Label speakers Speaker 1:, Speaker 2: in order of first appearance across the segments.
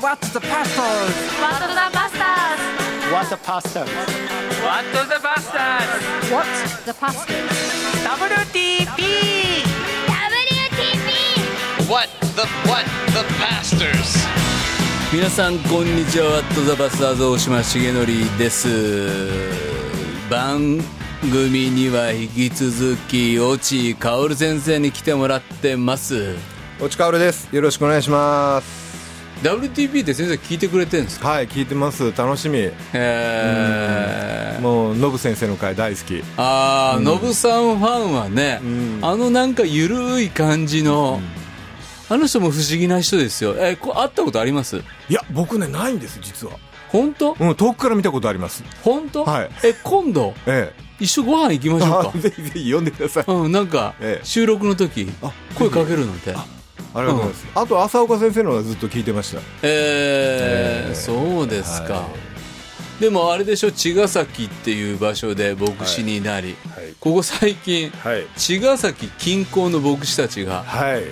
Speaker 1: What's the pastors?
Speaker 2: ワットダバスタ
Speaker 3: What the pastors?
Speaker 1: What the pastors?
Speaker 2: ーズ What's the pastors?
Speaker 1: WTP!
Speaker 2: WTP!
Speaker 4: What the what the pastors?
Speaker 5: 皆さんこんにちは「ワット・ザ・バスターズ」大島重則です番組には引き続き落合薫先生に来てもらってます
Speaker 6: 落ちかおるですよろしくお願いします
Speaker 5: WTP って先生聞いてくれてるんですか
Speaker 6: はい聞いてます楽しみ
Speaker 5: へー
Speaker 6: もうノブ先生の回大好き
Speaker 5: ああノブさんファンはね、あのなんかゆるい感じの、あの人も不思議な人ですよえこ会ったことあります
Speaker 6: いや僕ねないんです実は
Speaker 5: 本当
Speaker 6: うん遠くから見たことあります
Speaker 5: 本当、
Speaker 6: はい
Speaker 5: え今度
Speaker 6: え
Speaker 5: 一緒ご飯行きま
Speaker 6: え
Speaker 5: しょうか
Speaker 6: あ ぜひぜひ呼んでください
Speaker 5: うん、なんか
Speaker 6: ええ
Speaker 5: 収録の時、
Speaker 6: あ
Speaker 5: 声かけるので、
Speaker 6: ありがとうございます、あと浅岡先生のはずっと聞いてました
Speaker 5: えー
Speaker 6: ええ
Speaker 5: そうですか、
Speaker 6: は
Speaker 5: でもあれでしょ茅ヶ崎っていう場所で牧師になり、
Speaker 6: はい
Speaker 5: ここ最近
Speaker 6: はい
Speaker 5: 茅ヶ崎近郊の牧師たちが
Speaker 6: はい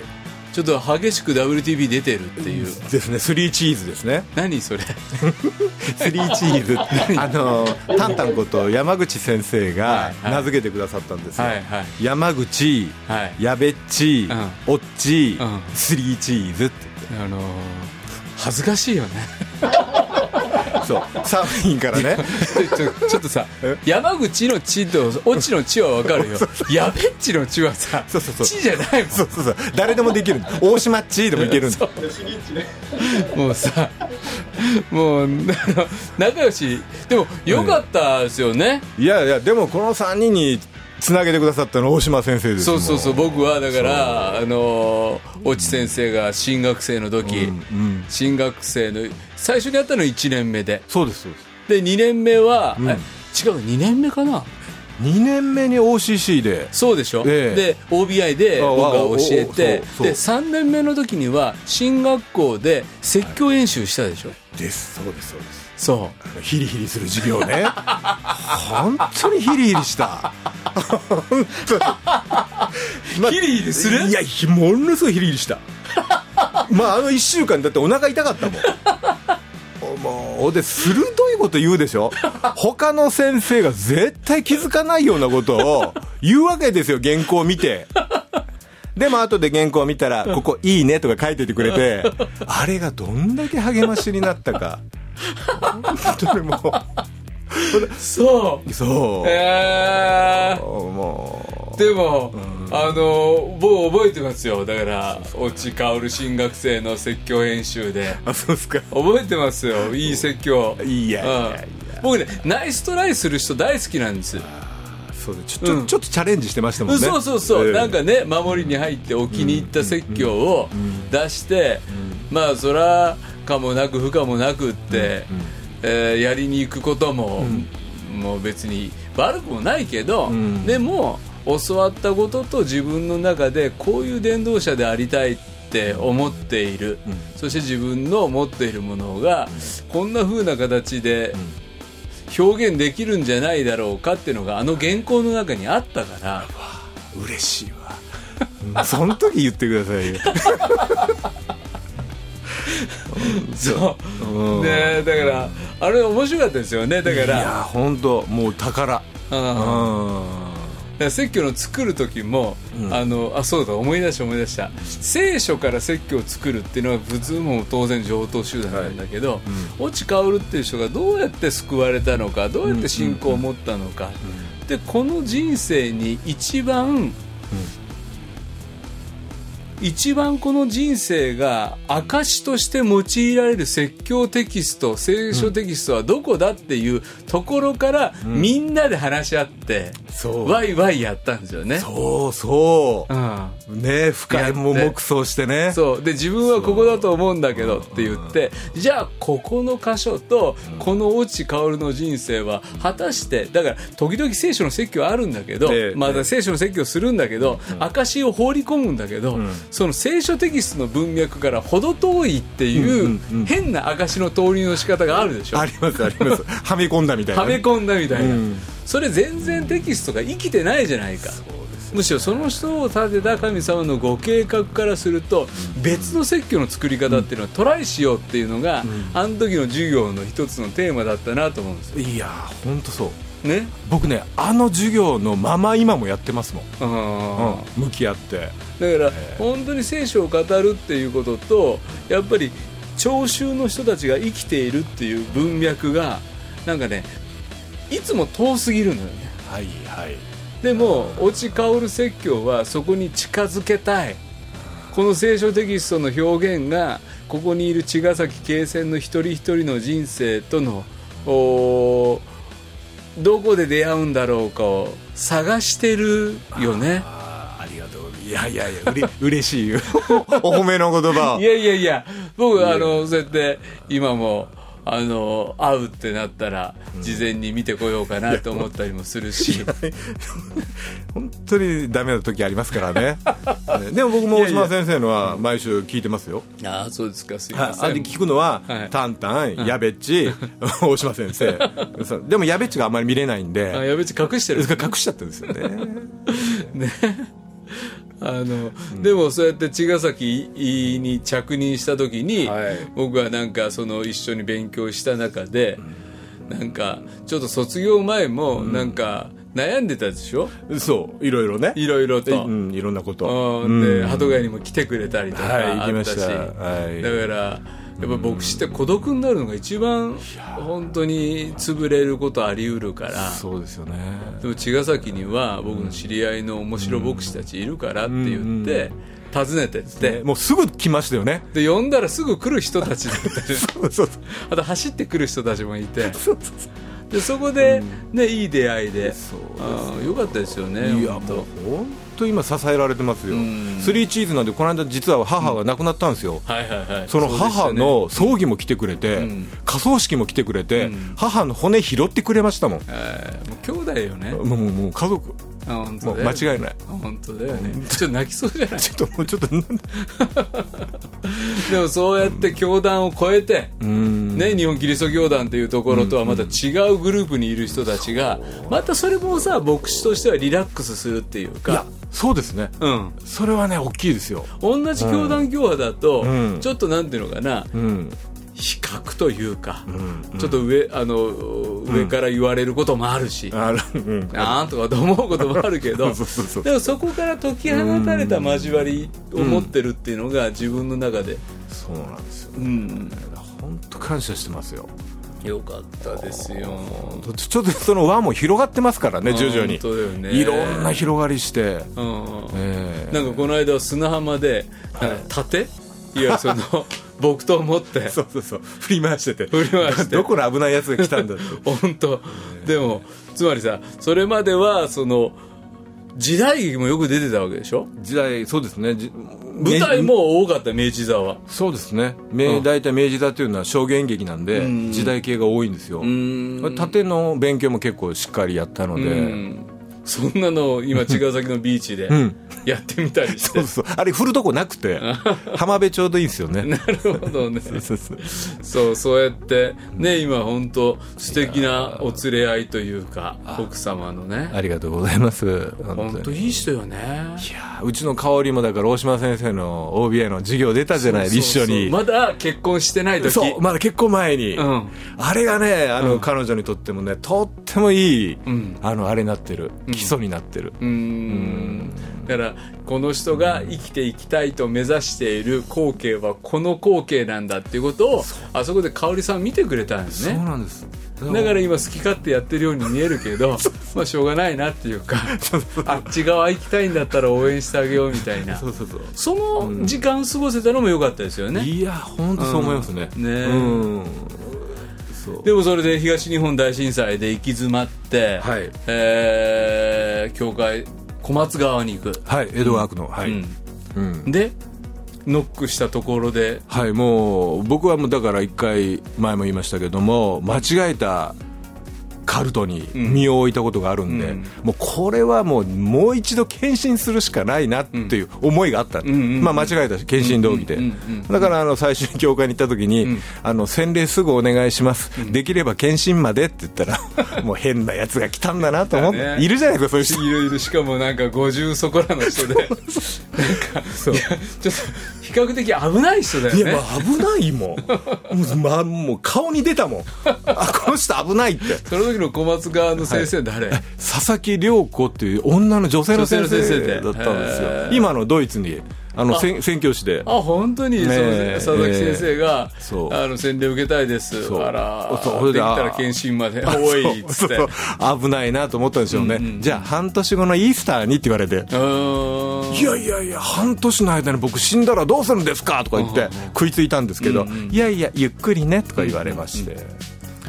Speaker 5: ちょっと激しく WTV 出てるっていう、
Speaker 6: ですねスリーチーズですね
Speaker 5: 何それ
Speaker 6: スリーチーズ あのタンタンこと山口先生が
Speaker 5: はいはい
Speaker 6: 名付けてくださったんですよ、
Speaker 5: はいはい
Speaker 6: 山口、
Speaker 5: はい
Speaker 6: やべっち、おっち、
Speaker 5: うん
Speaker 6: スリーチーズって言って
Speaker 5: あのー恥ずかしい よね
Speaker 6: そう サーフィンからね
Speaker 5: ちょちょっとさ山口の地と落ちの地は分 かるよやべっちの地はさ
Speaker 6: そうそうそう
Speaker 5: 地じゃないもん
Speaker 6: そうそうそう誰でもできる大島っちでもいけるんだ
Speaker 5: もうさ、もう、あの仲良し、でも、良かったですよね。
Speaker 6: いやいやでもこの3人につなげてくださったの大島先生です
Speaker 5: そ
Speaker 6: もん
Speaker 5: うそうそう、僕はだから、あの、越智先生が新学生の時、新学生の、最初に会ったの1年目で。
Speaker 6: そうですそうです
Speaker 5: で、2年目は、え違う、2年目かな
Speaker 6: 2年目に OCC で
Speaker 5: そうでしょ、
Speaker 6: ええ
Speaker 5: で OBI で
Speaker 6: あ
Speaker 5: 僕が
Speaker 6: あお
Speaker 5: 教
Speaker 6: お
Speaker 5: えて
Speaker 6: そうそう
Speaker 5: で3年目の時には進学校で説教演習したでしょ、
Speaker 6: ですそうですそうです
Speaker 5: そう
Speaker 6: ヒリヒリする授業ね本当にヒリヒリした本当にまあ
Speaker 5: ヒリヒリする
Speaker 6: いやひものすごいヒリヒリしたまああの1週間だってお腹痛かったもんおもうで鋭いこと言うでしょ他の先生が絶対気づかないようなことを言うわけですよ原稿を見てでも後で原稿を見たら「ここいいね」とか書いててくれてあれがどんだけ励ましになったか本当にも
Speaker 5: そう
Speaker 6: うそう、
Speaker 5: えー、
Speaker 6: も
Speaker 5: でも、あの僕覚えてますよだから越智薫新学生の説教編集で
Speaker 6: うあそうですか
Speaker 5: 覚えてますよいい説教
Speaker 6: いやいやいや
Speaker 5: うん僕ねナイストライする人大好きなんです
Speaker 6: そうねちょちょちょっとチャレンジしてましたもんね
Speaker 5: そうそうそう、
Speaker 6: ええ
Speaker 5: なんかね守りに入ってお気に入った説教を出して、まあそらかもなく不可もなくって、えーやりに行くことも、もう別に悪くもないけど、
Speaker 6: ん
Speaker 5: でも教わったことと自分の中でこういう伝道者でありたいって思っている、そして自分の持っているものがこんな風な形で表現できるんじゃないだろうかっていうのがあの原稿の中にあったから
Speaker 6: 嬉しいわうんその時言ってくださいよ
Speaker 5: そうねだからあれ面白かったですよねだか
Speaker 6: いや
Speaker 5: ら
Speaker 6: 本当もう宝
Speaker 5: うんだか
Speaker 6: うん
Speaker 5: ら説教の作る時もあのあそうだ思い出した思い出した聖書から説教を作るっていうのは普通もう当然上等手段なんだけど越智薫っていう人がどうやって救われたのかどうやって信仰を持ったのかでこの人生に一番一番この人生が証として用いられる説教テキスト聖書テキストはどこだっていうところから、みんなで話し合って
Speaker 6: そう
Speaker 5: ワイワイやったんですよねう,、
Speaker 6: そうそ
Speaker 5: ん、
Speaker 6: うね深いも
Speaker 5: やって
Speaker 6: 黙想してね
Speaker 5: そうで自分はここだと思うんだけどって言ってじゃあここの箇所とこの落ち薫の人生は果たしてだから時々聖書の説教はあるんだけど、
Speaker 6: ええ
Speaker 5: また聖書の説教するんだけど、証を放り込むんだけど、その聖書テキストの文脈から程遠いっていう変な証の投入の仕方があるでしょ
Speaker 6: ありますありますはめ込んだみたいな
Speaker 5: はめ込んだみたいな、
Speaker 6: うん
Speaker 5: それ全然テキストが生きてないじゃないかむしろその人を立てた神様のご計画からすると別の説教の作り方っていうのはトライしようっていうのが、あの時の授業の一つのテーマだったなと思うんですよ
Speaker 6: いやー本当そう
Speaker 5: ね
Speaker 6: 僕ねあの授業のまま今もやってますもん、
Speaker 5: うん
Speaker 6: うん、向き合って
Speaker 5: だから本当に聖書を語るっていうこととやっぱり聴衆の人たちが生きているっていう文脈がなんかねいつも遠すぎるのよね
Speaker 6: はいはい
Speaker 5: でも越智薫説教はそこに近づけたいこの聖書テキストの表現がここにいる茅ヶ崎慶泉の一人一人の人生とのおーどこで出会うんだろうかを探してるよね
Speaker 6: あーありがとういやいやいやうれ嬉しいよ お褒めの言葉
Speaker 5: いやいやいや、僕、あの、そうやって、今も、あの、会うってなったら、事前に見てこようかなと思ったりもするし、
Speaker 6: 本当にダメな時ありますからね ねでも僕も大島先生のは毎週聞いてますよ
Speaker 5: ああ、そうですか、すい
Speaker 6: はい
Speaker 5: ま、
Speaker 6: あ
Speaker 5: せ
Speaker 6: れ
Speaker 5: ん。
Speaker 6: 聞くのは、
Speaker 5: はい
Speaker 6: タンタン、やべっ ち、大島先生。そうでもやべっちがあんまり見れないん
Speaker 5: あ、
Speaker 6: で、
Speaker 5: やべち隠してる
Speaker 6: 隠。しちゃってるんですよね。
Speaker 5: あの、でもそうやって茅ヶ崎に着任した時に、
Speaker 6: はい
Speaker 5: 僕はなんかその一緒に勉強した中で、なんかちょっと卒業前もなんか悩んでたでしょ、
Speaker 6: そう、いろいろね。
Speaker 5: いろいろと、
Speaker 6: うん、いろんなこと。
Speaker 5: うん、で鳩ヶ谷にも来てくれたりとか
Speaker 6: はい
Speaker 5: あったし、
Speaker 6: 行きましたはい
Speaker 5: だからやっぱ牧師って孤独になるのが一番本当に潰れることあり得るから
Speaker 6: そうですよね。
Speaker 5: でも茅ヶ崎には僕の知り合いの面白牧師たちいるからって言って訪ねてって
Speaker 6: ねもうすぐ来ましたよね。
Speaker 5: で呼んだらすぐ来る人たちだったり
Speaker 6: そうそうそう
Speaker 5: あと走ってくる人たちもいてでそこで、ねいい出会い
Speaker 6: そう
Speaker 5: で
Speaker 6: です
Speaker 5: あーよかったですよね
Speaker 6: いや、
Speaker 5: 本
Speaker 6: もう
Speaker 5: 当
Speaker 6: 本当今支えられてますよ。スリーチーズなんで、この間実は母が亡くなったんですよ。
Speaker 5: はいはいはい
Speaker 6: その
Speaker 5: うでした
Speaker 6: 母
Speaker 5: ね
Speaker 6: の葬儀も来てくれて
Speaker 5: ん、
Speaker 6: 仮葬式も来てくれて、母の骨拾ってくれましたもん。
Speaker 5: えーもう兄弟よね
Speaker 6: もうもうもう家族、
Speaker 5: あ本
Speaker 6: も
Speaker 5: 当
Speaker 6: う
Speaker 5: だよ
Speaker 6: 間違いない。
Speaker 5: 本当だよねちょっと泣きそうじゃない
Speaker 6: ちょっともうちょっと
Speaker 5: でもそうやって教団を超えて、ね、日本キリスト教団というところとはまた違うグループにいる人たちがまたそれもさ牧師としてはリラックスするっていう
Speaker 6: いや
Speaker 5: か
Speaker 6: そうですね
Speaker 5: うん、
Speaker 6: それはね大きいですよ
Speaker 5: 同じ教団教派だと、
Speaker 6: うん
Speaker 5: ちょっとなんていうのかな、
Speaker 6: うん
Speaker 5: 比較というか、ちょっと上あの上から言われることもあるし、
Speaker 6: あらうん
Speaker 5: あーんとかと思うこともあるけど
Speaker 6: そうそうそう
Speaker 5: でもそこから解き放たれた交わりを持ってるっていうのが自分の中で、
Speaker 6: そうなんですよ
Speaker 5: うん、
Speaker 6: 本当感謝してますよ
Speaker 5: よかったですよ
Speaker 6: ちょっとその輪も広がってますからね徐々に
Speaker 5: 本当だよね
Speaker 6: いろんな広がりして
Speaker 5: うんうん
Speaker 6: え
Speaker 5: なんかこの間は砂浜でなんか盾、い、やそ の木刀持って
Speaker 6: えそうそうそう振り回してて
Speaker 5: 振り回して
Speaker 6: どこの危ないやつが来たんだって
Speaker 5: 本当でもつまりさそれまではその時代劇もよく出てたわけでしょ
Speaker 6: 時代そうですねじ
Speaker 5: 舞台も多かった明治座は
Speaker 6: そうですね明大体明治座というのは証言劇なんで時代系が多いんですよ縦の勉強も結構しっかりやったので
Speaker 5: そんなのを 今茅ヶ崎のビーチで
Speaker 6: ん
Speaker 5: やってみたりして、
Speaker 6: そうそうあれ振るとこなく て浜辺ちょうどいいんですよね
Speaker 5: なるほどね
Speaker 6: そうそう
Speaker 5: そうそうやってね今本当素敵なお連れ合いというか奥様のね
Speaker 6: ありがとうございます。
Speaker 5: 本
Speaker 6: 本当
Speaker 5: 当
Speaker 6: に。
Speaker 5: いい人よね
Speaker 6: いやーうちの香りもだから大島先生の OBA の授業出たじゃない一緒に。
Speaker 5: まだ結婚してない時
Speaker 6: そう、まだ結構前に。
Speaker 5: うん
Speaker 6: あれがね、あの、彼女にとってもね、とってもいい、
Speaker 5: ん
Speaker 6: あの、あれになってる。基礎になってる。
Speaker 5: うーんだからこの人が生きていきたいと目指している光景はこの光景なんだっていうことをあそこで香織さん見てくれたんです
Speaker 6: そう
Speaker 5: ね
Speaker 6: なんです。
Speaker 5: だから今好き勝手やってるように見えるけどまあしょうがないなっていうかあっち側行きたいんだったら応援してあげようみたいな
Speaker 6: そうそうそう。
Speaker 5: その時間過ごせたのも良かったですよね、
Speaker 6: いや、本当そう思いますね。
Speaker 5: うんね
Speaker 6: うん。そう。
Speaker 5: でもそれで東日本大震災で行き詰まって、
Speaker 6: はい
Speaker 5: えー教会小松川に行く、
Speaker 6: はい、江戸川区の、はい。うん
Speaker 5: うん、でノックしたところで
Speaker 6: はい、もう僕はもうだから一回前も言いましたけども間違えたカルトに身を置いたことがあるんで、もうこれはもうもう一度献身するしかないなっていう思いがあった、まあ、間違えたし献身道義で、だからあの最初に教会に行った時に、あの洗礼すぐお願いします、できれば献身までって言った らもう変なやつが来たんだなと思って、
Speaker 5: だね
Speaker 6: いるじゃないですかそういう人
Speaker 5: いろいろしかもなんか50そこらの 人でなんかそうちょっと比較的危ない人だ
Speaker 6: い
Speaker 5: よ
Speaker 6: や、
Speaker 5: ね
Speaker 6: もう危ないもん。 もう、まあ、もう顔に出たもん。あ、この人危ないって。
Speaker 5: その時の小松川の先生誰、
Speaker 6: 佐々木涼子っていう女の女性の先
Speaker 5: 女性の先生
Speaker 6: 生
Speaker 5: で
Speaker 6: だったんです
Speaker 5: へ
Speaker 6: よ。今のドイツに、あの、宣宣教師で。
Speaker 5: あ本当に、
Speaker 6: ねえ
Speaker 5: その佐々木先生が、
Speaker 6: そう
Speaker 5: あの洗礼受けたいです
Speaker 6: そう
Speaker 5: あら
Speaker 6: そうそれで
Speaker 5: できた
Speaker 6: あ
Speaker 5: ら検診までおいっつ
Speaker 6: そう
Speaker 5: って
Speaker 6: そうそう危ないなと思ったんでしょうね。じゃあ、半年後のイースターにって言われて。
Speaker 5: うーん
Speaker 6: いやいやいや、半年の間に僕死んだらどうするんですかとか言って食いついたんですけど、いやいや、ゆっくりねとか言われまして。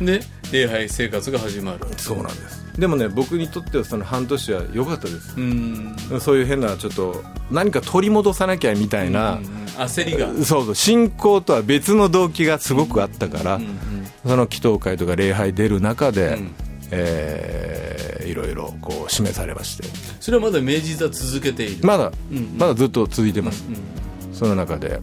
Speaker 5: で礼拝生活が始まる
Speaker 6: そうなんです。でもね、僕にとってはその半年は良かったです。
Speaker 5: うん
Speaker 6: そういう変なちょっと何か取り戻さなきゃみたいな、
Speaker 5: 焦りが
Speaker 6: そうそう信仰とは別の動機がすごくあったから、その祈祷会とか礼拝出る中で、えーいろいろこう示されまして
Speaker 5: それはまだ明治座続けている、
Speaker 6: まだ、まだずっと続いてます、その中で、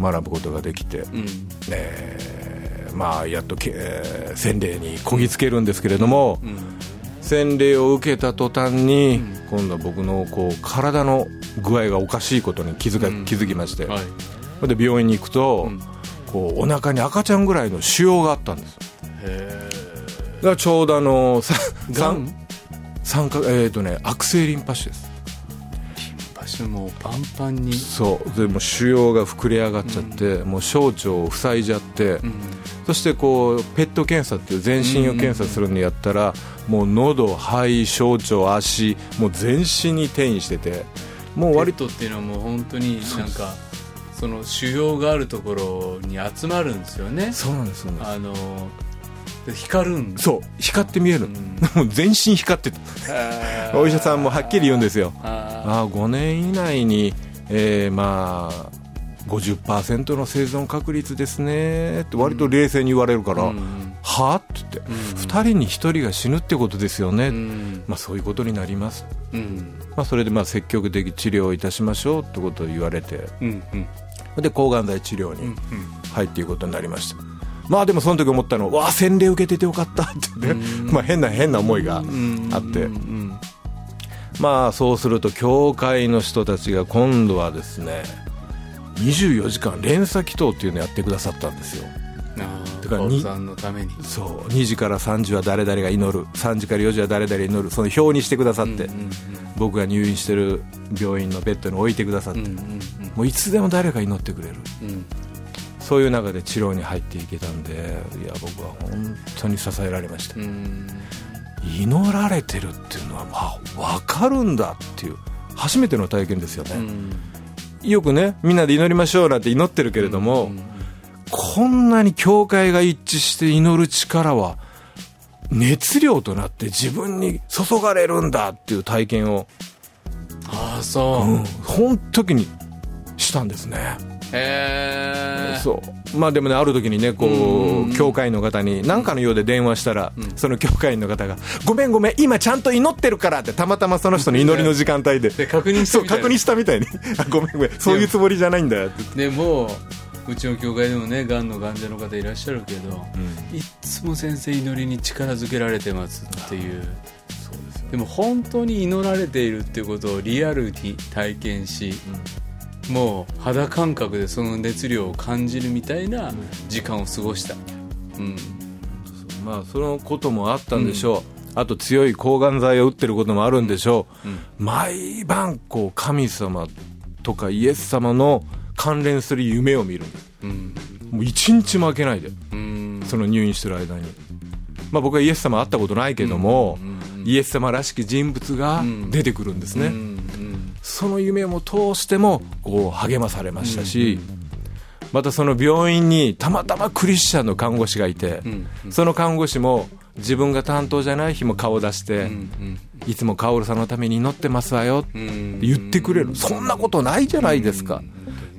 Speaker 6: 学ぶことができて、
Speaker 5: うん
Speaker 6: えーまあやっとけ、えー洗礼にこぎつけるんですけれども、洗礼を受けた途端に、今度は僕のこう体の具合がおかしいことに気づか、気づきまして、
Speaker 5: はい、
Speaker 6: それで病院に行くと、こうお腹に赤ちゃんぐらいの腫瘍があったんですだからちょうどあのさ
Speaker 5: がん
Speaker 6: さ三角えっ、とね悪性リンパ腫です
Speaker 5: 場所もパンパンに
Speaker 6: そうでもう腫瘍が膨れ上がっちゃって、もう小腸を塞いじゃって、そしてこうペット検査っていう全身を検査するのやったら、もう喉肺小腸足もう全身に転移しててもう割
Speaker 5: 割とっていうのはもう本当になんかその腫瘍があるところに集まるんですよね
Speaker 6: そうなんですそうなんです
Speaker 5: あので光るんです
Speaker 6: そう光って見える、もう全身光ってたお医者さんもはっきり言うんですよ
Speaker 5: あ
Speaker 6: ああ5年以内に、えー、まあ50%の生存確率ですねって割と冷静に言われるから、はあって言って、2人に1人が死ぬってことですよね、
Speaker 5: ん
Speaker 6: まあ、そういうことになります、
Speaker 5: うん
Speaker 6: まあ、それでまあ積極的治療をいたしましょうってことを言われて
Speaker 5: うんうん
Speaker 6: で抗がん剤治療に入っていくことになりました、まあでもその時思ったのはわあ洗礼受けててよかったってね、まあ、変な変な思いがあって、
Speaker 5: うん
Speaker 6: まあそうすると教会の人たちが今度はですね24時間連鎖祈祷っていうのをやってくださったんですよ
Speaker 5: あー
Speaker 6: てか
Speaker 5: パ
Speaker 6: に
Speaker 5: ルさんのために
Speaker 6: そう2時から3時は誰々が祈る3時から4時は誰々祈るその表にしてくださって、僕が入院してる病院のベッドに置いてくださって、もういつでも誰か祈ってくれる、そういう中で治療に入っていけたんでいや僕は本当に支えられました、
Speaker 5: うん
Speaker 6: 祈られてるっていうのは、まあ、分かるんだっていう初めての体験ですよね、よくねみんなで祈りましょうなんて祈ってるけれども、こんなに教会が一致して祈る力は熱量となって自分に注がれるんだっていう体験を、
Speaker 5: ああそう、
Speaker 6: うん、ほん時にしたんですね、
Speaker 5: へえ
Speaker 6: そうまあでもねある時にねこう、教会の方に何かのようで電話したら、その教会員の方が「ごめんごめん今ちゃんと祈ってるから」ってたまたまその人の祈りの時間帯で
Speaker 5: で確認して
Speaker 6: そう
Speaker 5: みたい
Speaker 6: 確認したみたいに「あごめんごめんそういうつもりじゃないんだよ」って
Speaker 5: でもうちの教会でもねがんの患者の方いらっしゃるけど、いっつも先生祈りに力づけられてますっていうでも本当に祈られているっていうことをリアルに体験し、もう肌感覚でその熱量を感じるみたいな時間を過ごした、うん、
Speaker 6: まあそのこともあったんでしょう、あと強い抗がん剤を打ってることもあるんでしょう、毎晩こう神様とかイエス様の関連する夢を見るんです、もう一日も開けないで、その入院してる間に、まあ、僕はイエス様会ったことないけども、イエス様らしき人物が出てくるんですね、その夢も通してもこう励まされましたし、またその病院にたまたまクリスチャンの看護師がいて、その看護師も自分が担当じゃない日も顔を出して、いつもカオルさんのために祈ってますわよって言ってくれる、そんなことないじゃないですか、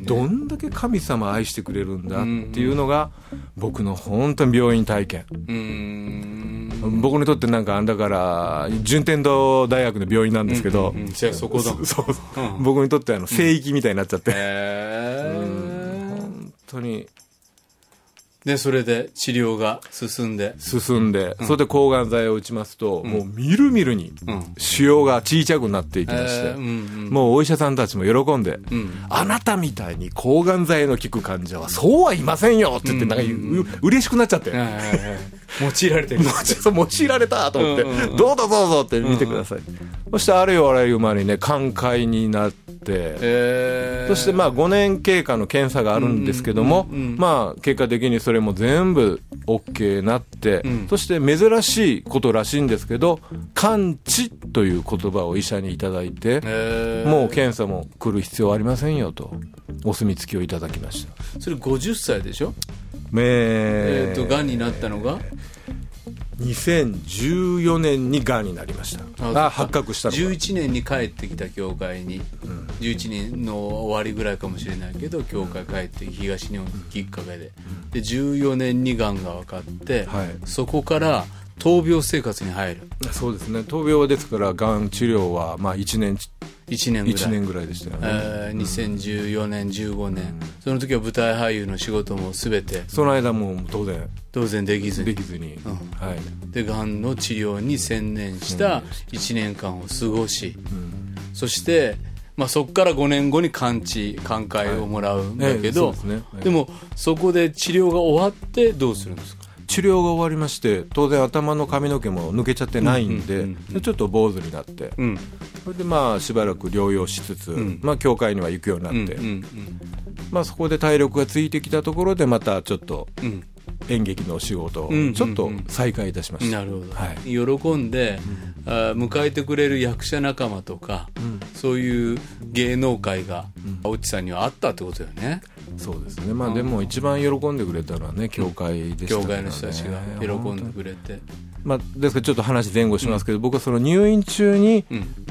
Speaker 6: どんだけ神様愛してくれるんだっていうのが僕の本当に病院体験、
Speaker 5: うん
Speaker 6: う僕にとってなんかだから順天堂大学の病院なんですけど、
Speaker 5: うんじゃあそこだもん
Speaker 6: そうそう僕にとってあの聖域みたいになっちゃって、
Speaker 5: へー
Speaker 6: 本当に
Speaker 5: でそれで治療が進んで
Speaker 6: 進んで、それで抗がん剤を打ちますと、もうみるみるに
Speaker 5: ん
Speaker 6: 腫瘍が小さくなっていきまして、
Speaker 5: えーうんうん
Speaker 6: もうお医者さんたちも喜んで、
Speaker 5: ん
Speaker 6: あなたみたいに抗がん剤の効く患者はそうはいませんよって言って、なんかう、う嬉しくなっちゃって。
Speaker 5: はいはいはい用いられて る
Speaker 6: そう用いられたと思って、
Speaker 5: うんうんうん
Speaker 6: どうぞどうぞって見てください、そしてあるよあらゆる間にね寛解になって、
Speaker 5: えー
Speaker 6: そしてまあ5年経過の検査があるんですけども、まあ結果的にそれも全部 OK になって、
Speaker 5: ん
Speaker 6: そして珍しいことらしいんですけど完治という言葉を医者にいただいて、
Speaker 5: えー
Speaker 6: もう検査も来る必要はありませんよとお墨付きをいただきました
Speaker 5: それ50歳でしょえ
Speaker 6: え
Speaker 5: っとがんになったのが
Speaker 6: 2014年にがんになりました
Speaker 5: あ
Speaker 6: あ発覚したのが
Speaker 5: 11年に帰ってきた教会に、11年の終わりぐらいかもしれないけど教会帰って東日本きっかけでで14年にがんが分かって、
Speaker 6: はい
Speaker 5: そこから闘病生活に入る
Speaker 6: そうですね闘病はですからがん治療はまあ1年ち
Speaker 5: 1年ぐらい
Speaker 6: 1年ぐらいでしたよね、
Speaker 5: えー2014年15年、その時は舞台俳優の仕事も全て
Speaker 6: その間もう当然
Speaker 5: 当然できず
Speaker 6: で
Speaker 5: に
Speaker 6: きずに、はい、
Speaker 5: でがんの治療に専念した1年間を過ごし、そして、まあ、そこから5年後に完治寛解をもらうんだけど、
Speaker 6: はいええそうですねええ
Speaker 5: でもそこで治療が終わってどうするんですか
Speaker 6: 治療が終わりまして当然頭の髪の毛も抜けちゃってないんで,、でちょっと坊主になって、
Speaker 5: うん
Speaker 6: それでまあしばらく療養しつつ、まあ教会には行くようになって、まあそこで体力がついてきたところでまたちょっと
Speaker 5: ん
Speaker 6: 演劇のお仕事を
Speaker 5: ん
Speaker 6: ちょっと再開いたしました、
Speaker 5: なるほど、
Speaker 6: はい
Speaker 5: 喜んで、あー迎えてくれる役者仲間とか、そういう芸能界が青地さんにはあったってことよね
Speaker 6: そうですねまあでも一番喜んでくれたのはね教会でした
Speaker 5: 業
Speaker 6: からね
Speaker 5: 界の人たちが喜んでくれて
Speaker 6: まあ、ですからちょっと話前後しますけど、僕はその入院中に、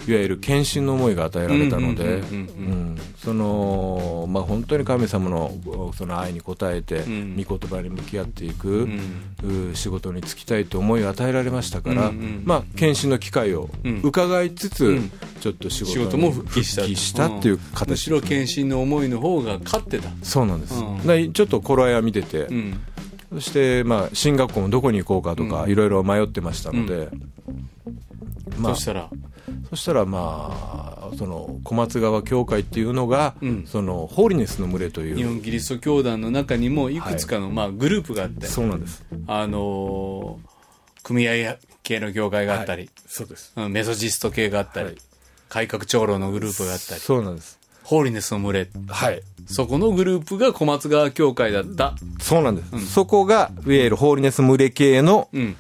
Speaker 6: いわゆる献身の思いが与えられたので
Speaker 5: うん
Speaker 6: うんその、まあ、本当に神様のその愛に応えて、
Speaker 5: ん
Speaker 6: 御言葉に向き合っていく、
Speaker 5: ん
Speaker 6: うー仕事に就きたいと思いを与えられましたから、
Speaker 5: うんうん
Speaker 6: まあ、献身の機会を
Speaker 5: ん
Speaker 6: 伺いつつ、
Speaker 5: ん
Speaker 6: ちょっと仕事に
Speaker 5: 仕事も復帰した
Speaker 6: 復帰したっていう形、
Speaker 5: んむしろ献身の思いの方が勝ってた
Speaker 6: そうなんです、
Speaker 5: うん
Speaker 6: でちょっと頃合いは見てて、
Speaker 5: うん
Speaker 6: そして、まあ、進学校もどこに行こうかとかいろいろ迷ってましたので、まあ
Speaker 5: そしたら
Speaker 6: そしたらまあその小松川教会っていうのが、
Speaker 5: ん
Speaker 6: そのホーリネスの群れと
Speaker 5: 日
Speaker 6: いう
Speaker 5: 本キリスト教団の中にもいくつかの、まあ、グループがあって
Speaker 6: そうなんです
Speaker 5: あのー組合系の業界があったり、
Speaker 6: そうです
Speaker 5: うんメソジスト系があったり、
Speaker 6: はい
Speaker 5: 改革長老のグループがあったり
Speaker 6: そうなんです
Speaker 5: ホーリネスの群れ
Speaker 6: はい
Speaker 5: そこのグループが小松川教会だった
Speaker 6: そうなんです、そこがいわゆるホーリネス群れ系の
Speaker 5: ん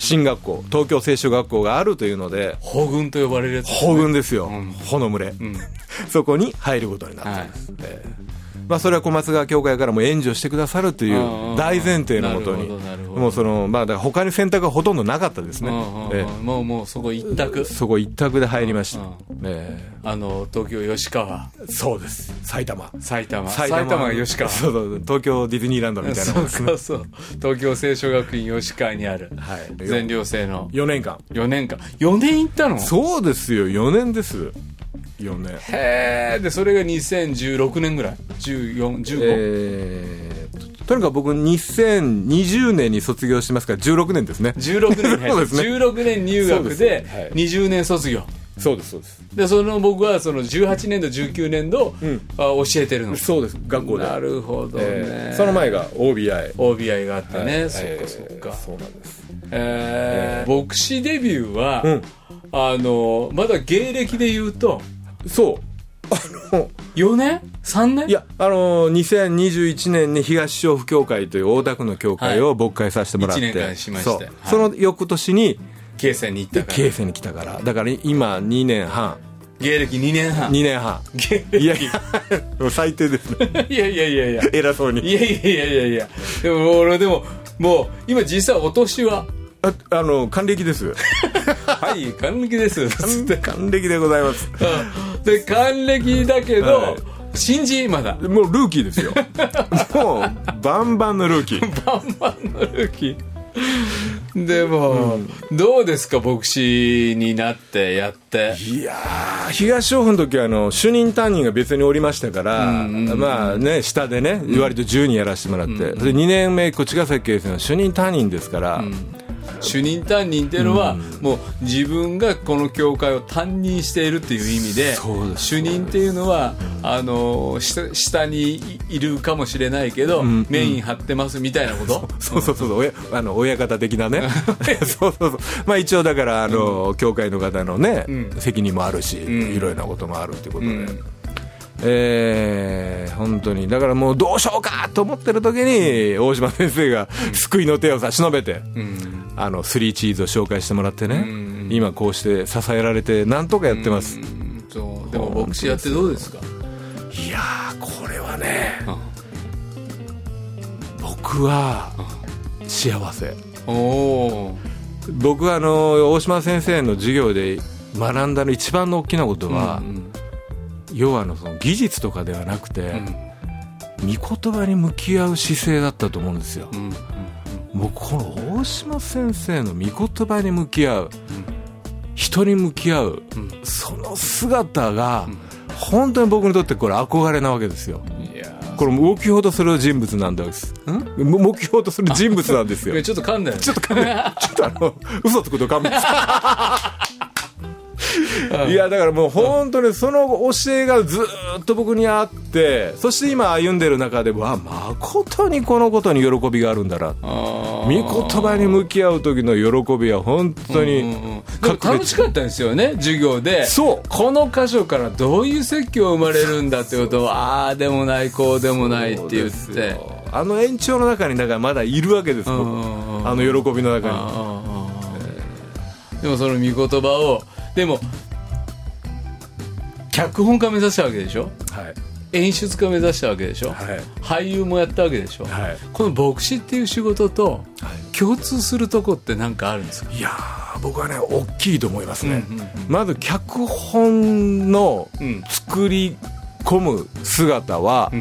Speaker 6: 進学校東京聖書学校があるというので
Speaker 5: 法軍と呼ばれるやつですね
Speaker 6: 法軍ですよ、
Speaker 5: ん
Speaker 6: ほの群れ、 そこに入ることになったんです、ええまあ、それは小松川教会からも援助してくださるとい
Speaker 5: あー
Speaker 6: う大前提のもとに
Speaker 5: なるほどなるほど
Speaker 6: もうそのまあだから他に選択がほとんどなかったですね、
Speaker 5: うんうんうん
Speaker 6: ええ
Speaker 5: もうもうそこ一択
Speaker 6: そこ一択で入りました、
Speaker 5: うん
Speaker 6: え
Speaker 5: あの東京吉川
Speaker 6: えそうです埼玉
Speaker 5: 埼玉埼玉が吉川
Speaker 6: そうそう東京ディズニーランドみたいな
Speaker 5: そうそうそう 東京聖書学院吉川にある
Speaker 6: はい
Speaker 5: 全寮制の
Speaker 6: 4年間
Speaker 5: 4年間4年行ったの
Speaker 6: そうですよ4年です4年
Speaker 5: へえでそれが2016年ぐらい1415
Speaker 6: えーととにかく僕2020年に卒業してますから16年ですね
Speaker 5: 16年入
Speaker 6: そうで
Speaker 5: っ
Speaker 6: すね
Speaker 5: 16年入
Speaker 6: そうで
Speaker 5: 学
Speaker 6: す
Speaker 5: で
Speaker 6: はい
Speaker 5: 20年卒業
Speaker 6: そうですそうです
Speaker 5: でその僕はその18年度19年度、あ教えてるの
Speaker 6: そうです学校で
Speaker 5: なるほどね、
Speaker 6: えーその前が OBI
Speaker 5: OBI があってね、
Speaker 6: はい
Speaker 5: そっかそっか、
Speaker 6: えーそうなんです
Speaker 5: えー牧師デビューは、
Speaker 6: ん
Speaker 5: あのまだ芸歴で言うと
Speaker 6: そうあの
Speaker 5: 4年3年
Speaker 6: いや、あのー、2021年に東調布教会という大田区の教会
Speaker 5: は
Speaker 6: を勃会させてもらって、
Speaker 5: 一年間しまして
Speaker 6: そう
Speaker 5: はい
Speaker 6: その翌年に
Speaker 5: 慶成に行ったから
Speaker 6: 京成に来たからだから今2年半
Speaker 5: 芸歴2年半
Speaker 6: 2年半
Speaker 5: 芸
Speaker 6: い
Speaker 5: 歴
Speaker 6: やいやもう最低ですね
Speaker 5: いやいやいやいや
Speaker 6: 偉そうに
Speaker 5: いやいやいやいやいやでも俺でももう今実際お年は
Speaker 6: ああの還暦です
Speaker 5: はい 還暦ですつって
Speaker 6: 還暦でございます
Speaker 5: で還暦だけど、
Speaker 6: は
Speaker 5: 新人まだ
Speaker 6: もうルーキー ですよもうバンバンのルーキー
Speaker 5: バンバンのルーキーでも、どうですか牧師になってやって
Speaker 6: いやー東オフの時はあの主任担任が別におりましたから、まあね下でね割と自由にやらせてもらって、それ2年目こっちが先生の主任担任ですから、
Speaker 5: 主任担任っていうのは、もう自分がこの教会を担任しているっていう意味で
Speaker 6: そうです
Speaker 5: 主任っていうのはあの下下にいるかもしれないけど、メイン張ってますみたいなこと、
Speaker 6: そうそうそうそう、親あの親方的なね そうそうそうまあ一応だからあの、教会の方のね、責任もあるし、いろいろなこともあるということで、えー本当にだからもうどうしようかと思ってる時に大島先生が救いの手を差し伸べて、あのスリーチーズを紹介してもらってね、今こうして支えられてなんとかやってます、
Speaker 5: そうでも牧師やってどうですか
Speaker 6: いやーこれはね、僕は幸せ
Speaker 5: おお
Speaker 6: 僕はあの大島先生の授業で学んだの一番の大きなことは、要はあのその技術とかではなくて、御言葉に向き合う姿勢だったと思うんですよ、僕この大島先生の御言葉に向き合う、人に向き合う、その姿が、本当に僕にとってこれ憧れなわけですよ
Speaker 5: ーいや
Speaker 6: これ目標とする人物なんですむ目標とする人物なんです
Speaker 5: ー
Speaker 6: よ
Speaker 5: いやちょっと噛んだよね
Speaker 6: ちょっと勘弁、ちょっとあの、嘘つくと勘弁して。いや、だからもう本当にその教えがずーっと僕にあって、そして今歩んでる中でも、あ、誠にこのことに喜びがあるんだな。
Speaker 5: あ
Speaker 6: 見言葉に向き合う時の喜びは本当に
Speaker 5: うんうんうんでも
Speaker 6: 格
Speaker 5: 楽
Speaker 6: 別
Speaker 5: しかったんですよね授業で
Speaker 6: そう
Speaker 5: この箇所からどういう説教生まれるんだってことをああでもないこうでもないって言っ
Speaker 6: そう
Speaker 5: て
Speaker 6: ですよあの延長の中にだからまだいるわけです僕
Speaker 5: うんうんうん
Speaker 6: あの喜びの中に
Speaker 5: でもその御言葉をでも脚本家目指したわけでしょ
Speaker 6: はい
Speaker 5: 演出家目指したわけでしょ、
Speaker 6: はい
Speaker 5: 俳優もやったわけでしょ、
Speaker 6: はい
Speaker 5: この牧師っていう仕事と共通するとこって何かあるんですか
Speaker 6: いやー僕はね大きいと思いますね、まず脚本の
Speaker 5: うん
Speaker 6: 作り込む姿は、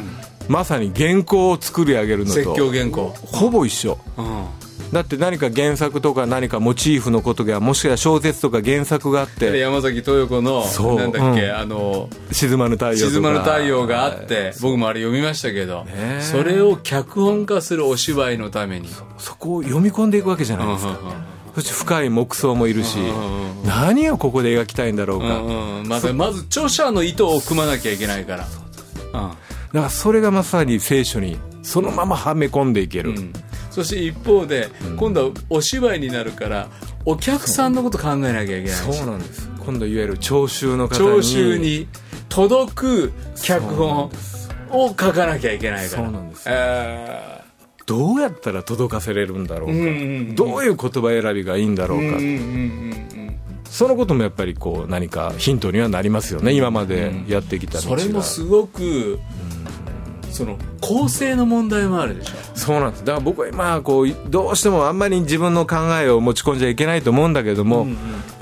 Speaker 6: まさに原稿を作り上げるのと
Speaker 5: 説教原稿
Speaker 6: ほぼ一緒
Speaker 5: うん
Speaker 6: だって何か原作とか何かモチーフのことがもしかしたら小説とか原作があっ
Speaker 5: で
Speaker 6: て
Speaker 5: 山崎豊子の
Speaker 6: そう
Speaker 5: なんだっけ、
Speaker 6: うん
Speaker 5: あの
Speaker 6: 「静まぬ太陽」とか
Speaker 5: 静まる太陽があって僕もあれ読みましたけど、
Speaker 6: ねえ
Speaker 5: それを脚本化するお芝居のために
Speaker 6: そこを読み込んでいくわけじゃないですか、そして深い目想もいるし、何をここで描きたいんだろう
Speaker 5: う
Speaker 6: か、
Speaker 5: んうんまずまず著者の意図を組まなきゃいけないからうん
Speaker 6: だからそれがまさに聖書にそのままはめ込んでいける、
Speaker 5: そして一方で、今度はお芝居になるからお客さんのこと考えなきゃいけないし
Speaker 6: そうなんです今度いわゆる聴衆の方に
Speaker 5: 聴衆に届く脚本を書かなきゃいけないから
Speaker 6: そうなんです
Speaker 5: え
Speaker 6: どうやったら届かせれるんだろうか、
Speaker 5: ーうんうん
Speaker 6: どういう言葉選びがいいんだろうか、
Speaker 5: うんうんうんうん
Speaker 6: そのこともやっぱりこう何かヒントにはなりますよね今までやってきた道
Speaker 5: そ
Speaker 6: が
Speaker 5: れもすごくその構成の問題もあるでしょ
Speaker 6: そうなんですだから僕は今こうどうしてもあんまり自分の考えを持ち込んじゃいけないと思うんだけども、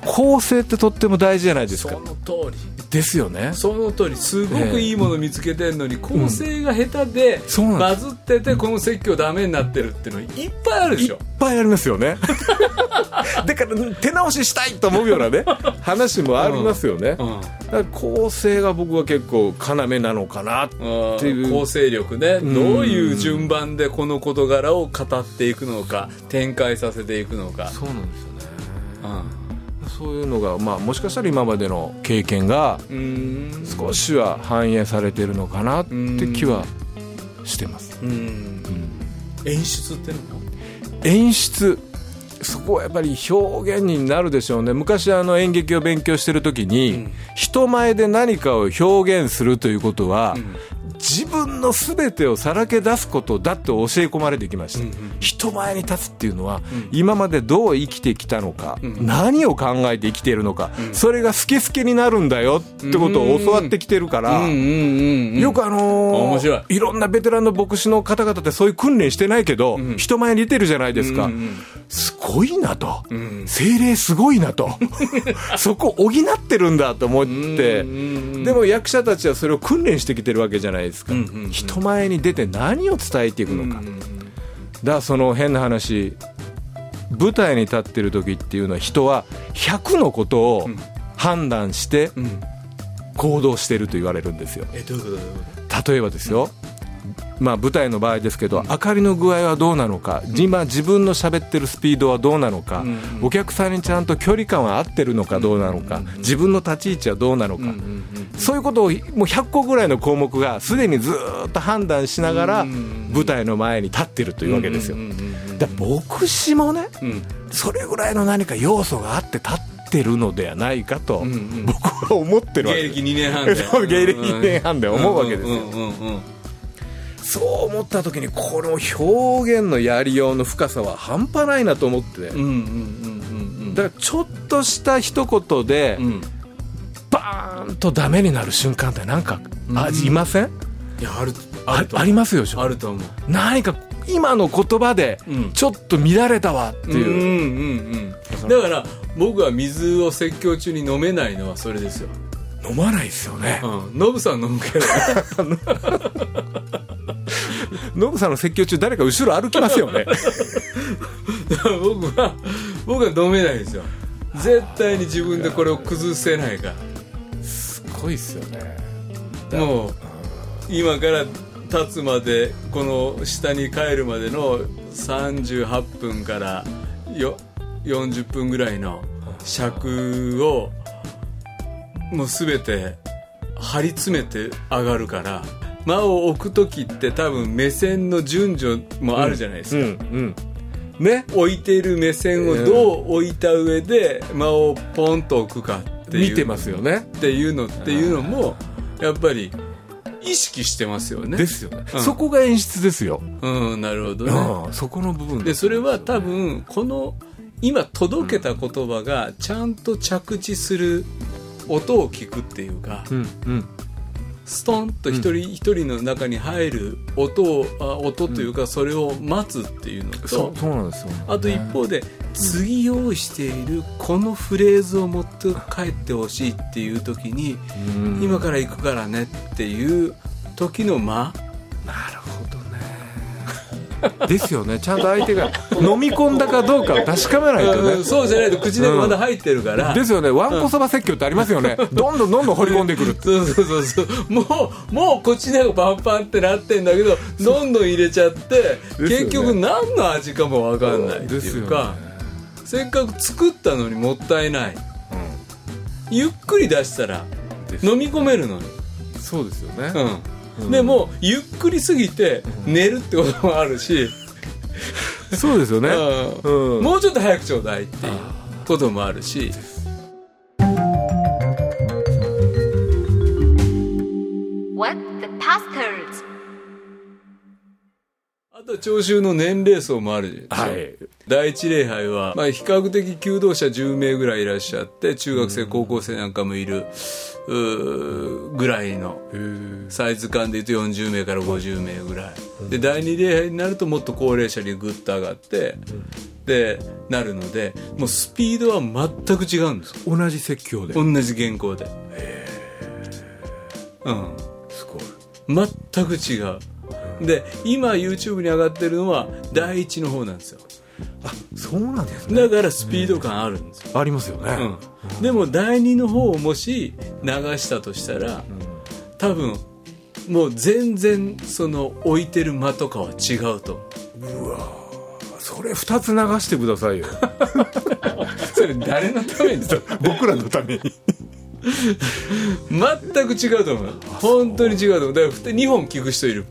Speaker 6: 構成ってとっても大事じゃないです
Speaker 5: そ
Speaker 6: か
Speaker 5: の通り
Speaker 6: ですよね
Speaker 5: その通りすごくいいもの見つけてんのに構成が下手で
Speaker 6: そうなん
Speaker 5: バ
Speaker 6: で
Speaker 5: ズっててこの説教ダメになってるっていうのいっぱいあるで
Speaker 6: い
Speaker 5: し
Speaker 6: っ
Speaker 5: ょ
Speaker 6: ぱいありますよ ねだから手直ししたいと思うようなね話もありますよね、
Speaker 5: うん
Speaker 6: だから構成が僕は結構要なのかなって
Speaker 5: って
Speaker 6: いう
Speaker 5: 構成力ねどういう順番でこの事柄を語っていくのか展開させていくのか
Speaker 6: そうなんですよね
Speaker 5: う
Speaker 6: そういうのが、まあ、もしかしたら今までの経験が
Speaker 5: んうん
Speaker 6: 少しは反映されてるのかなって気はしてます
Speaker 5: うん演出ってのも
Speaker 6: 演出そこはやっぱり表現になるでしょうね昔あの演劇を勉強してる時に、人前で何かを表現するということは、自分の全てをさらけ出すことだって教え込まれてきました、人前に立つっていうのは、今までどう生きてきたのか、何を考えて生きているのか、それがスケスケになるんだよってことを教わってきてるから、よくあのー
Speaker 5: 面白
Speaker 6: いろんなベテランの牧師の方々ってそういう訓練してないけど、人前に出てるじゃないですか、すごいなと、精霊すごいな とそこ補ってるんだと思って、でも役者たちはそれを訓練してきてるわけじゃないですか、人前に出て何を伝えていくのか、だからその変な話舞台に立ってる時っていうのは人は100のことを
Speaker 5: ん
Speaker 6: 判断して
Speaker 5: うん
Speaker 6: 行動してると言われるんですよ
Speaker 5: えどういうことどういうこ
Speaker 6: 例えばですよ、まあ、舞台の場合ですけど、明かりの具合はどうなのか、今自分の喋ってるスピードはどうなのか、
Speaker 5: ん
Speaker 6: お客さんにちゃんと距離感は合ってるのかどうなのか、自分の立ち位置はどうなのか、
Speaker 5: とうんうん
Speaker 6: そういうことをもう100個ぐらいの項目がすでにずーっと判断しながら
Speaker 5: うん
Speaker 6: 舞台の前に立ってるというわけですよ
Speaker 5: うんうんうんうん
Speaker 6: だから牧師もね
Speaker 5: うん
Speaker 6: それぐらいの何か要素があって立ってるのではないかと
Speaker 5: うんうん
Speaker 6: 僕は思ってるわけ
Speaker 5: 芸
Speaker 6: です
Speaker 5: 歴2年 半
Speaker 6: そう芸歴2年半で思うわけですよ
Speaker 5: うんうんうんうん
Speaker 6: そう思った時にこの表現のやりようの深さは半端ないなと思って
Speaker 5: うんうんうんうんうん
Speaker 6: だからちょっとした一言で
Speaker 5: うん
Speaker 6: バーンとダメになる瞬間ってなんかあいません
Speaker 5: いやあるあ
Speaker 6: あ
Speaker 5: ると
Speaker 6: ありますよでしょ
Speaker 5: あると思う
Speaker 6: 何か今の言葉で
Speaker 5: うん
Speaker 6: ちょっと乱れたわって
Speaker 5: うん
Speaker 6: いう、
Speaker 5: うんうんだから僕は水を説教中に飲めないのはそれですよ
Speaker 6: 飲まないですよね
Speaker 5: うんノブさん飲むけど
Speaker 6: ノブさんの説教中誰か後ろ歩きますよ ね
Speaker 5: 僕は僕は飲めないですよ絶対に自分でこれを崩せないか
Speaker 6: すごいっすよね
Speaker 5: らもう今から立つまでこの下に帰るまでの38分からよ40分ぐらいの尺をもう全て張り詰めて上がるから間を置く時って多分目線の順序もあるじゃないですか、
Speaker 6: ん
Speaker 5: ね、置いている目線をどう置いた上で間をポンと置くかっていう
Speaker 6: 見てますよね
Speaker 5: っていうのっていうのもやっぱり意識してますよね
Speaker 6: ですよね、
Speaker 5: うん
Speaker 6: そこが演出ですよ、
Speaker 5: うんなるほどね、
Speaker 6: うんそこの部分
Speaker 5: でそれは多分この今届けた言葉がちゃんと着地する音を聞くっていうか、
Speaker 6: うんうん
Speaker 5: ストンと一人一人の中に入る音をあ音というかそれを待つっていうのと、
Speaker 6: そうそうなんですよ、
Speaker 5: あと一方で次用意しているこのフレーズを持って帰ってほしいっていう時に
Speaker 6: うん
Speaker 5: 今から行くからねっていう時の間
Speaker 6: なるほどねですよねちゃんと相手が飲み込んだかどうかを確かめないと
Speaker 5: う
Speaker 6: ね
Speaker 5: んそうじゃないと口でまだ入ってるから
Speaker 6: ですよねわんこそば説教ってありますよねどんどんどんどん掘り込んでくるって
Speaker 5: そうそうそうそうもうもう口の中パンパンってなってんだけどどんどん入れちゃって
Speaker 6: よね
Speaker 5: 結局何の味かも分かんないって
Speaker 6: です
Speaker 5: い
Speaker 6: よね
Speaker 5: うか、せっかく作ったのにもったいない、ゆっくり出したら
Speaker 6: です
Speaker 5: 飲み込めるのに。
Speaker 6: そうですよね、
Speaker 5: うん、でもゆっくりすぎて寝るってこともあるし、
Speaker 6: そうですよね、
Speaker 5: う
Speaker 6: うん
Speaker 5: んもうちょっと早くちょうだいっていうこともあるしあと聴衆の年齢層もあるでしょ、
Speaker 6: はい
Speaker 5: 第一礼拝は、まあ、比較的求道者10名ぐらいいらっしゃって中学生高校生なんかもいるうーぐらいのサイズ感でいうと40名から50名ぐらいで第二礼拝になるともっと高齢者にグッと上がってでなるのでもうスピードは全く違うんです
Speaker 6: 同じ説教で
Speaker 5: 同じ原稿でうん
Speaker 6: すごい
Speaker 5: 全く違うで今 YouTube に上がってるのは第一の方なんですよ
Speaker 6: そうなんですね
Speaker 5: だからスピード感あるんですよ、
Speaker 6: ありますよね、
Speaker 5: うんでも第二の方をもし流したとしたら多分もう全然その置いてる間とかは違うと思う
Speaker 6: それ2つ流してくださいよ
Speaker 5: それ誰のために
Speaker 6: 僕らのために
Speaker 5: 全く違うと思う本当に違うと思うだから2本聞く人いる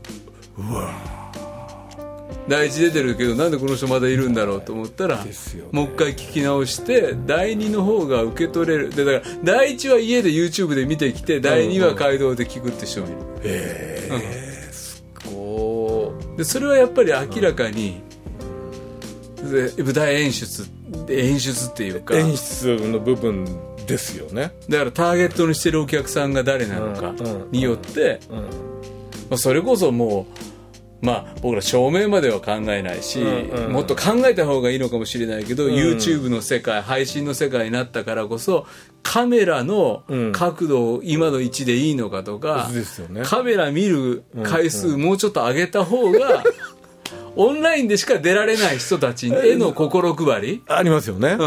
Speaker 5: 第一出てるけどなんでこの人まだいるんだろうと思ったら、
Speaker 6: すよね
Speaker 5: もう一回聞き直して第二の方が受け取れるでだから第一は家で YouTube で見てきて第二は街道で聞くって人もいる
Speaker 6: こ
Speaker 5: でそれはやっぱり明らかに、で舞台演出演出っていうか
Speaker 6: 演出の部分ですよね
Speaker 5: だからターゲットにしてるお客さんが誰なのか
Speaker 6: うんうん
Speaker 5: によって、
Speaker 6: ん
Speaker 5: まあ、それこそもう、まあ、僕ら照明までは考えないし、
Speaker 6: うんうんうん
Speaker 5: もっと考えた方がいいのかもしれないけど、YouTube の世界配信の世界になったからこそカメラの
Speaker 6: うん
Speaker 5: 角度を今の位置でいいのかとか、
Speaker 6: ですよね
Speaker 5: カメラ見る回数もうちょっと上げた方がオンラインでしか出られない人たちへの心配り、
Speaker 6: ありますよね。
Speaker 5: う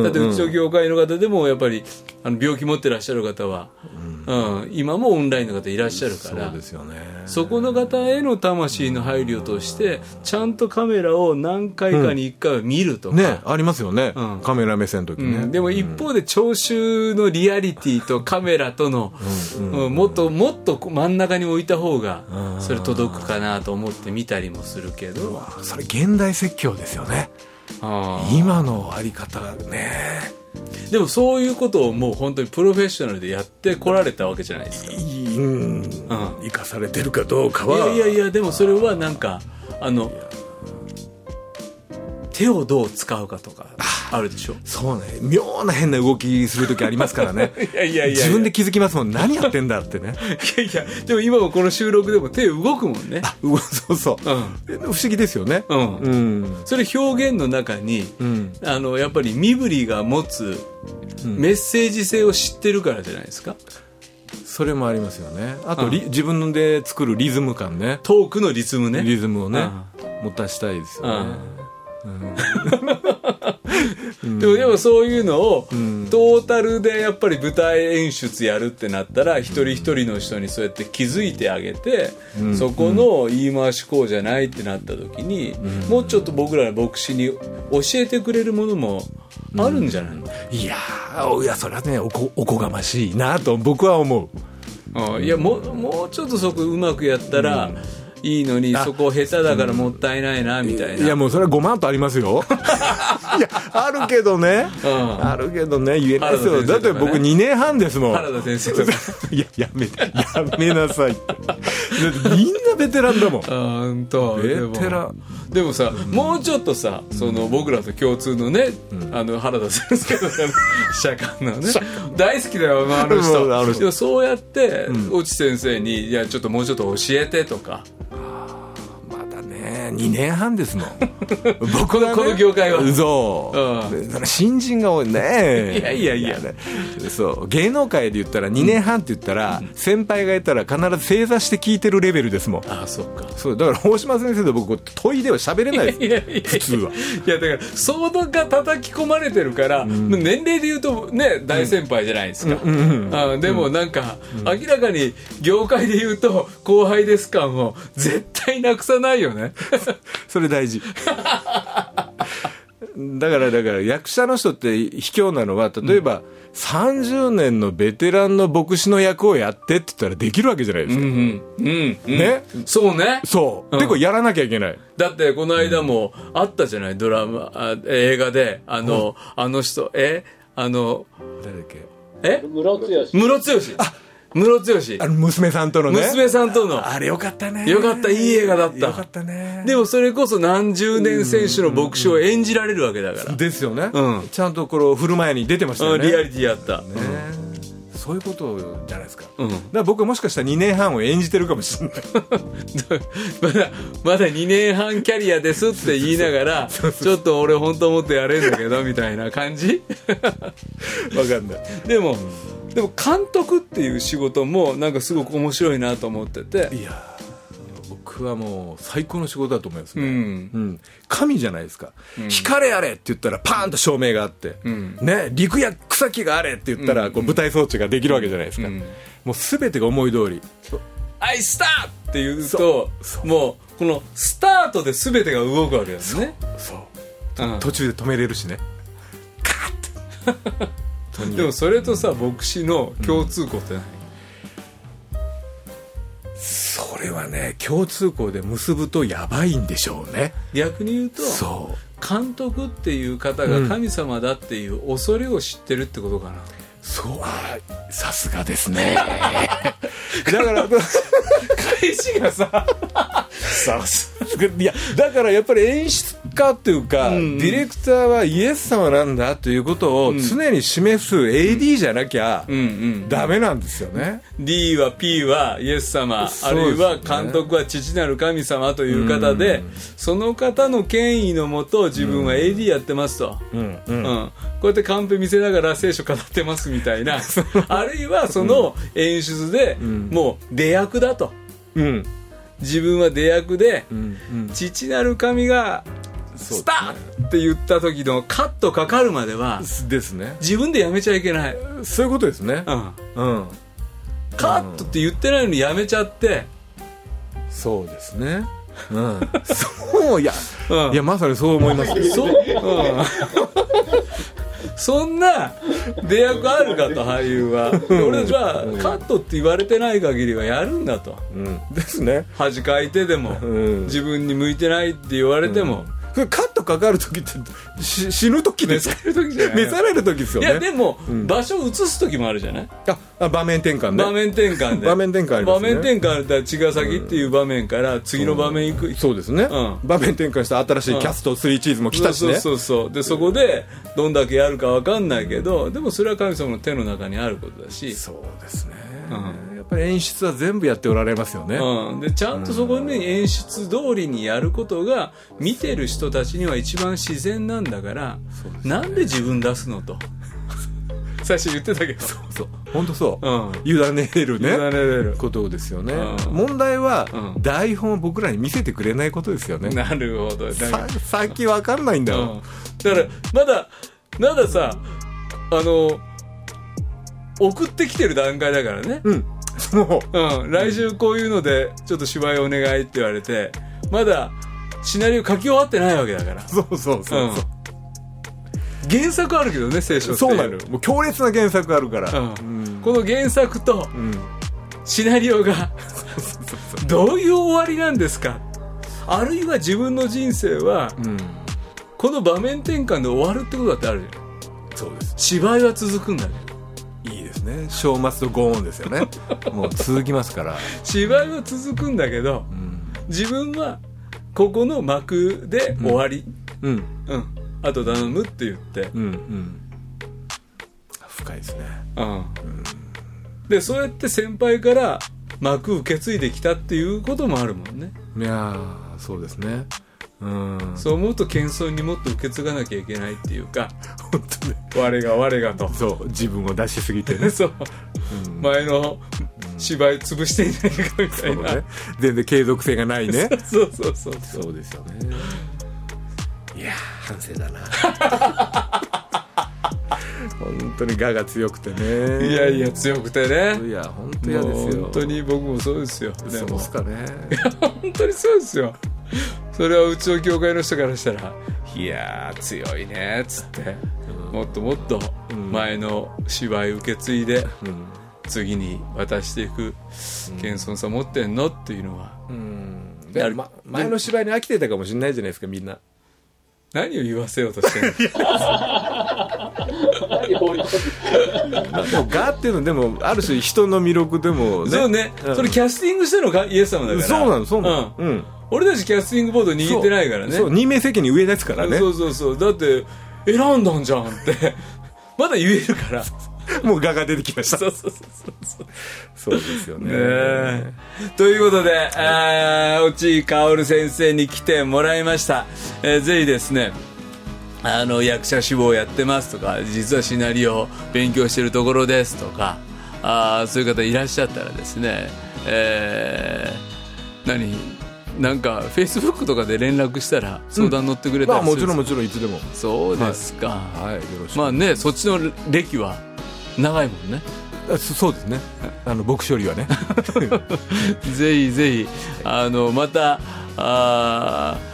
Speaker 6: うん
Speaker 5: だってうちの業界の方でもやっぱりあの病気持ってらっしゃる方は、うん今もオンラインの方いらっしゃるから
Speaker 6: そうですよね。
Speaker 5: そこの方への魂の配慮としてちゃんとカメラを何回かに1回は見るとか、
Speaker 6: ね、ありますよね。
Speaker 5: うん
Speaker 6: カメラ目線の時
Speaker 5: う
Speaker 6: ね。
Speaker 5: んでも一方で聴衆のリアリティとカメラとの、うんもっともっと真ん中に置いた方がそれ届くかなと思って見たりもするけど
Speaker 6: それ現代説教ですよね。
Speaker 5: あー
Speaker 6: 今のあり方がね。
Speaker 5: でもそういうことをもう本当にプロフェッショナルでやってこられたわけじゃないですか。
Speaker 6: いうん
Speaker 5: ん
Speaker 6: 生かされてるかどうか
Speaker 5: いや
Speaker 6: はい
Speaker 5: やいやでもそれはなんかあの手をどう使うかとかあるでしょ
Speaker 6: そうね妙な変な動きする時あります からね
Speaker 5: いやいやいやいや
Speaker 6: 自分で気づきますもん何やってんだってね
Speaker 5: いやいやでも今もこの収録でも手動くもんね
Speaker 6: うわそうそう、不思議ですよね
Speaker 5: うん
Speaker 6: うん
Speaker 5: それ表現の中に、
Speaker 6: うん
Speaker 5: あのやっぱり身振りが持つメッセージ性を知ってるからじゃないですか
Speaker 6: それもありますよねあとリ自分で作るリズム感ね
Speaker 5: トークのリズムね
Speaker 6: リズムをね持たしたいですよね
Speaker 5: でもでもそういうのをトータルでやっぱり舞台演出やるってなったら一人一人の人にそうやって気づいてあげてそこの言い回しこうじゃないってなった時にもうちょっと僕らの牧師に教えてくれるものもあるんじゃないの
Speaker 6: いやーいやそれはねおこおこがましいなと僕は思う
Speaker 5: うんいやもうもうちょっとそこうまくやったらいいのにそこ下手だからもったいないなみたい
Speaker 6: いや
Speaker 5: な
Speaker 6: もうそれは5万とあります よいやあるけどね、
Speaker 5: うん
Speaker 6: あるけどね言えないですよ、
Speaker 5: 原田
Speaker 6: だっ
Speaker 5: 先生
Speaker 6: て
Speaker 5: とかね
Speaker 6: 僕2年半ですもん
Speaker 5: 原田先生とか
Speaker 6: いややめやめなさいってだってみんなベテランだもん
Speaker 5: あーうんと
Speaker 6: ベ
Speaker 5: でも
Speaker 6: テラン
Speaker 5: でもさ、もうちょっとさその僕らと共通のね、あの原田先生の 社会のね大好きだよあの
Speaker 6: うんあの
Speaker 5: 人
Speaker 6: 人
Speaker 5: でもそうやって越智先生に「いやちょっともうちょっと教えて」とか
Speaker 6: まだね2年半です もん僕
Speaker 5: この業界は
Speaker 6: そう、
Speaker 5: う
Speaker 6: でその新人が多いね
Speaker 5: いやいやいや
Speaker 6: ねそう芸能界で言ったら2年半って言ったら、先輩がいたら必ず正座して聞いてるレベルですもん
Speaker 5: ああそっか
Speaker 6: そうだから大島先生と僕問いでは喋れないです
Speaker 5: いやいやいや
Speaker 6: 普通はい
Speaker 5: やだから相当が叩き込まれてるから、年齢で言うとね大先輩じゃないですか、あでもなんか、明らかに業界で言うと後輩です感を絶対なくさないよ ね
Speaker 6: それ大事。だから、だから、役者の人って卑怯なのは、例えば、30年のベテランの牧師の役をやってって言ったらできるわけじゃないですか。
Speaker 5: うんうん、うん、
Speaker 6: ね
Speaker 5: そうね
Speaker 6: そう。
Speaker 5: うん
Speaker 6: で、これやらなきゃいけない。
Speaker 5: だってこの間もあったじゃないドラマあ映画であの、あの人えあの
Speaker 6: 誰だっけ
Speaker 5: えムロツヨシムロツヨシ
Speaker 6: あの、娘さんとのね。
Speaker 5: 娘さんとの
Speaker 6: あれよかったね。
Speaker 5: よかったいい映画だった
Speaker 6: よかったね。
Speaker 5: でもそれこそ何十年選手の牧師を演じられるわけだから、
Speaker 6: ですよね。
Speaker 5: うん
Speaker 6: ちゃんとこれを振る舞いに出てましたよ
Speaker 5: うん
Speaker 6: ね。
Speaker 5: リアリティあった、
Speaker 6: ねそういうことじゃないですか。
Speaker 5: うん
Speaker 6: だから僕はもしかしたら2年半を演じてるかもしれない。
Speaker 5: まだまだ2年半キャリアですって言いな がらちょっと俺本当もっとやれんだけどみたいな感じ
Speaker 6: わかんない。
Speaker 5: でもでも監督っていう仕事もなんかすごく面白いなと思ってて
Speaker 6: いやー僕はもう最高の仕事だと思いますね、
Speaker 5: うん
Speaker 6: うん神じゃないですか、光あれって言ったらパーンと照明があって、ね、陸や草木があれって言ったらこう舞台装置ができるわけじゃないですか、もう全てが思い通り
Speaker 5: 「アイスター!」って言うともうこのスタートで全てが動くわけですね
Speaker 6: そう
Speaker 5: うん
Speaker 6: 途中で止めれるしね
Speaker 5: でもそれとさ牧師の共通項って何、
Speaker 6: それはね共通項で結ぶとやばいんでしょうね
Speaker 5: 逆に言うと
Speaker 6: そう
Speaker 5: 監督っていう方が神様だっていう恐れを知ってるってこと かな、
Speaker 6: そうあーさすがです ねだから
Speaker 5: 返しがさ
Speaker 6: さすがいやだからやっぱり演出家というか、ディレクターはイエス様なんだということを常に示す AD じゃなきゃ
Speaker 5: ん
Speaker 6: ダメなんですよね、
Speaker 5: D は P はイエス様、
Speaker 6: そ
Speaker 5: あ
Speaker 6: うですね
Speaker 5: るいは監督は父なる神様という方で、その方の権威のもと自分は AD やってますと、
Speaker 6: うんうん
Speaker 5: うんこうやってカンペ見せながら聖書語ってますみたい なあるいはその演出でもう出役だと。
Speaker 6: うん
Speaker 5: 自分は出役で、
Speaker 6: うん
Speaker 5: 父なる神が
Speaker 6: そうですね
Speaker 5: スターって言った時のカットかかるまでは
Speaker 6: ですね
Speaker 5: 自分でやめちゃいけない、
Speaker 6: そういうことですね
Speaker 5: うん、
Speaker 6: うん
Speaker 5: カットって言ってないのにやめちゃって、
Speaker 6: そうですねうんそういや
Speaker 5: うん、
Speaker 6: いやまさにそう思います
Speaker 5: そ,、うん、そんな出役あるかと俳優は俺はカットって言われてない限りはやるんだと
Speaker 6: うんですね
Speaker 5: 恥かいてでも、
Speaker 6: ん
Speaker 5: 自分に向いてないって言われても、
Speaker 6: それカットかかる時ってし死ぬ時です
Speaker 5: 目覚める時じゃない
Speaker 6: 目覚める時ですよ
Speaker 5: い
Speaker 6: ね
Speaker 5: やでも、場所移す時もあるじゃない
Speaker 6: ああ場面転換ね
Speaker 5: 場面転換で
Speaker 6: 場面転換ありますね
Speaker 5: 場面転換だったら茅ヶ崎っていう場面から次の場面行く、
Speaker 6: そうですね、
Speaker 5: う
Speaker 6: 場面転換した新しいキャスト、スリーチーズも来たしね
Speaker 5: そうそうそうでそこでどんだけやるかわかんないけどでもそれは神様の手の中にあることだし、
Speaker 6: そうですね、やっぱり演出は全部やっておられますよね、
Speaker 5: うん、でちゃんとそこに演出通りにやることが見てる人たちには一番自然なんだから、なんで自分出すのと 最初言ってたけど
Speaker 6: そう本当そう、
Speaker 5: うん
Speaker 6: 委ねるね
Speaker 5: 委ねれる
Speaker 6: ことですよね、
Speaker 5: うん
Speaker 6: 問題は、
Speaker 5: うん
Speaker 6: 台本を僕らに見せてくれないことですよね
Speaker 5: なるほどだか
Speaker 6: さ
Speaker 5: ら
Speaker 6: 先わかんないんだ
Speaker 5: うん
Speaker 6: よ、
Speaker 5: だからまだまださあの送ってきてる段階だからね、
Speaker 6: も
Speaker 5: うん、来週こういうのでちょっと芝居お願いって言われてまだシナリオ書き終わってないわけだから
Speaker 6: うそうそうそうそう、
Speaker 5: うん原作あるけどね聖書って
Speaker 6: そうなのよもう強烈な原作があるから、
Speaker 5: うんこの原作とシナリオがどういう終わりなんですかあるいは自分の人生は
Speaker 6: うん
Speaker 5: この場面転換で終わるってことだってあるじゃん
Speaker 6: そうです
Speaker 5: 芝居は続くんだけど
Speaker 6: いいですね正末とゴーンです よねもう続きますから
Speaker 5: 芝居は続くんだけど、自分はここの幕で終わり、
Speaker 6: うん
Speaker 5: うんあと頼むって言って、
Speaker 6: うんうん深いですね
Speaker 5: でそうやって先輩から幕受け継いできたっていうこともあるもんね
Speaker 6: いやーそうですねうん本
Speaker 5: そう思うと謙遜にもっと受け継がなきゃいけないっていうか
Speaker 6: 当ね
Speaker 5: 我が我がと
Speaker 6: そう自分を出しすぎてね
Speaker 5: そう、前の芝居潰していないかみた
Speaker 6: そう
Speaker 5: いな
Speaker 6: ね全然継続性がないね
Speaker 5: そう そうそう
Speaker 6: そうですよねいやー反省だな 本当に我が強くてね
Speaker 5: いやいや強くてね
Speaker 6: いや本当嫌です
Speaker 5: もう
Speaker 6: よ
Speaker 5: 本当に僕もそうですよで
Speaker 6: そう
Speaker 5: も
Speaker 6: っすかね
Speaker 5: 本当にそうですよそれはうちの教会の人からしたら「いやー強いね」っつって、もっともっと前の芝居受け継いで、次に渡していく謙遜さ持ってんのっていうのは、
Speaker 6: でもま前の芝居に飽きてたかもしれないじゃないですかみんな
Speaker 5: 何を言わせようとしてん の
Speaker 6: もうガーっていうのでもある種人の魅力でもね
Speaker 5: そうね、
Speaker 6: うん
Speaker 5: それキャスティングしたのがイエス様だから
Speaker 6: そうなのそうなの
Speaker 5: うん
Speaker 6: うん
Speaker 5: 俺たちキャスティングボード握ってないからね
Speaker 6: そう任命責任上ですからね
Speaker 5: そうそうそうだって選んだんじゃんって まだ言えるから
Speaker 6: もうガが出てきました
Speaker 5: そうそうそうそうそう
Speaker 6: そうですよね
Speaker 5: ねえということで、えー、落合薫先生に来てもらいました、えーぜひですねあの役者志望やってますとか実はシナリオ勉強してるところですとかあーそういう方いらっしゃったらですね、えー何なんかフェイスブックとかで連絡したら相談乗ってくれた
Speaker 6: ま
Speaker 5: り
Speaker 6: あ
Speaker 5: する
Speaker 6: も
Speaker 5: です
Speaker 6: ちろんもちろんいつでも
Speaker 5: そうですか、
Speaker 6: はいよろしく
Speaker 5: まあねそっちの歴は長いもんね
Speaker 6: あそそうですねあの僕処理はね
Speaker 5: ぜひぜひあのまたあー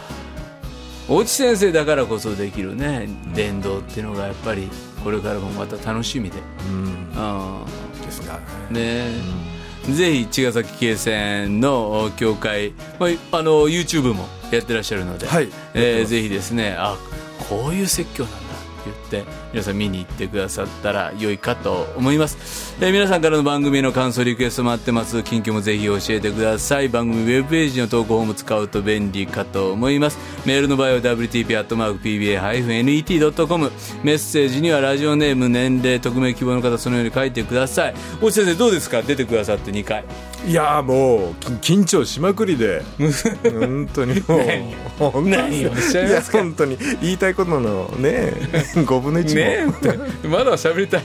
Speaker 5: 大地先生だからこそできるね伝道っていうのがやっぱりこれからもまた楽しみで、
Speaker 6: うん
Speaker 5: あ
Speaker 6: ですか
Speaker 5: ーねぜひ茅ヶ崎慶線の教会、まあ、あの YouTube もやってらっしゃるので、
Speaker 6: はい
Speaker 5: えーぜひですねあこういう説教なんだって言って皆さん見に行ってくださったら良いかと思います、えー皆さんからの番組への感想リクエスト待ってます近況もぜひ教えてください番組ウェブページの投稿フォーム使うと便利かと思いますメールの場合は wtp.pba-net.com メッセージにはラジオネーム年齢匿名希望の方そのように書いてください大地先生どうですか出てくださって2回
Speaker 6: いやーもうき緊張しまくりで本当に もう本当に
Speaker 5: 何をおっしゃいますか
Speaker 6: や本当に言いたいことの ね5分の1も
Speaker 5: えまだ喋りたい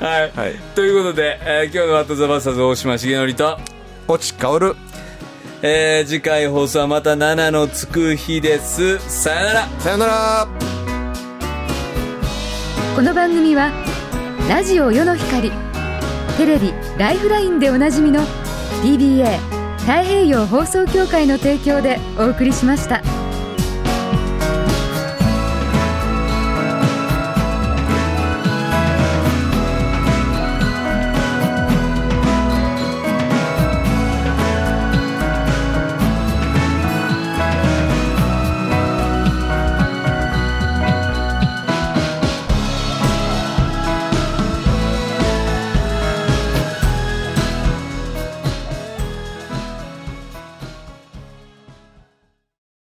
Speaker 5: はい、
Speaker 6: はい
Speaker 5: ということで、えー今日の「ワット・ザ・バスターズ」大島重則と
Speaker 6: 落ちかおる
Speaker 5: えー、次回放送はまた7のつく日です。さよなら
Speaker 6: さよなら
Speaker 7: この番組はラジオ世の光テレビ「ライフライン」でおなじみの TBA 太平洋放送協会の提供でお送りしました。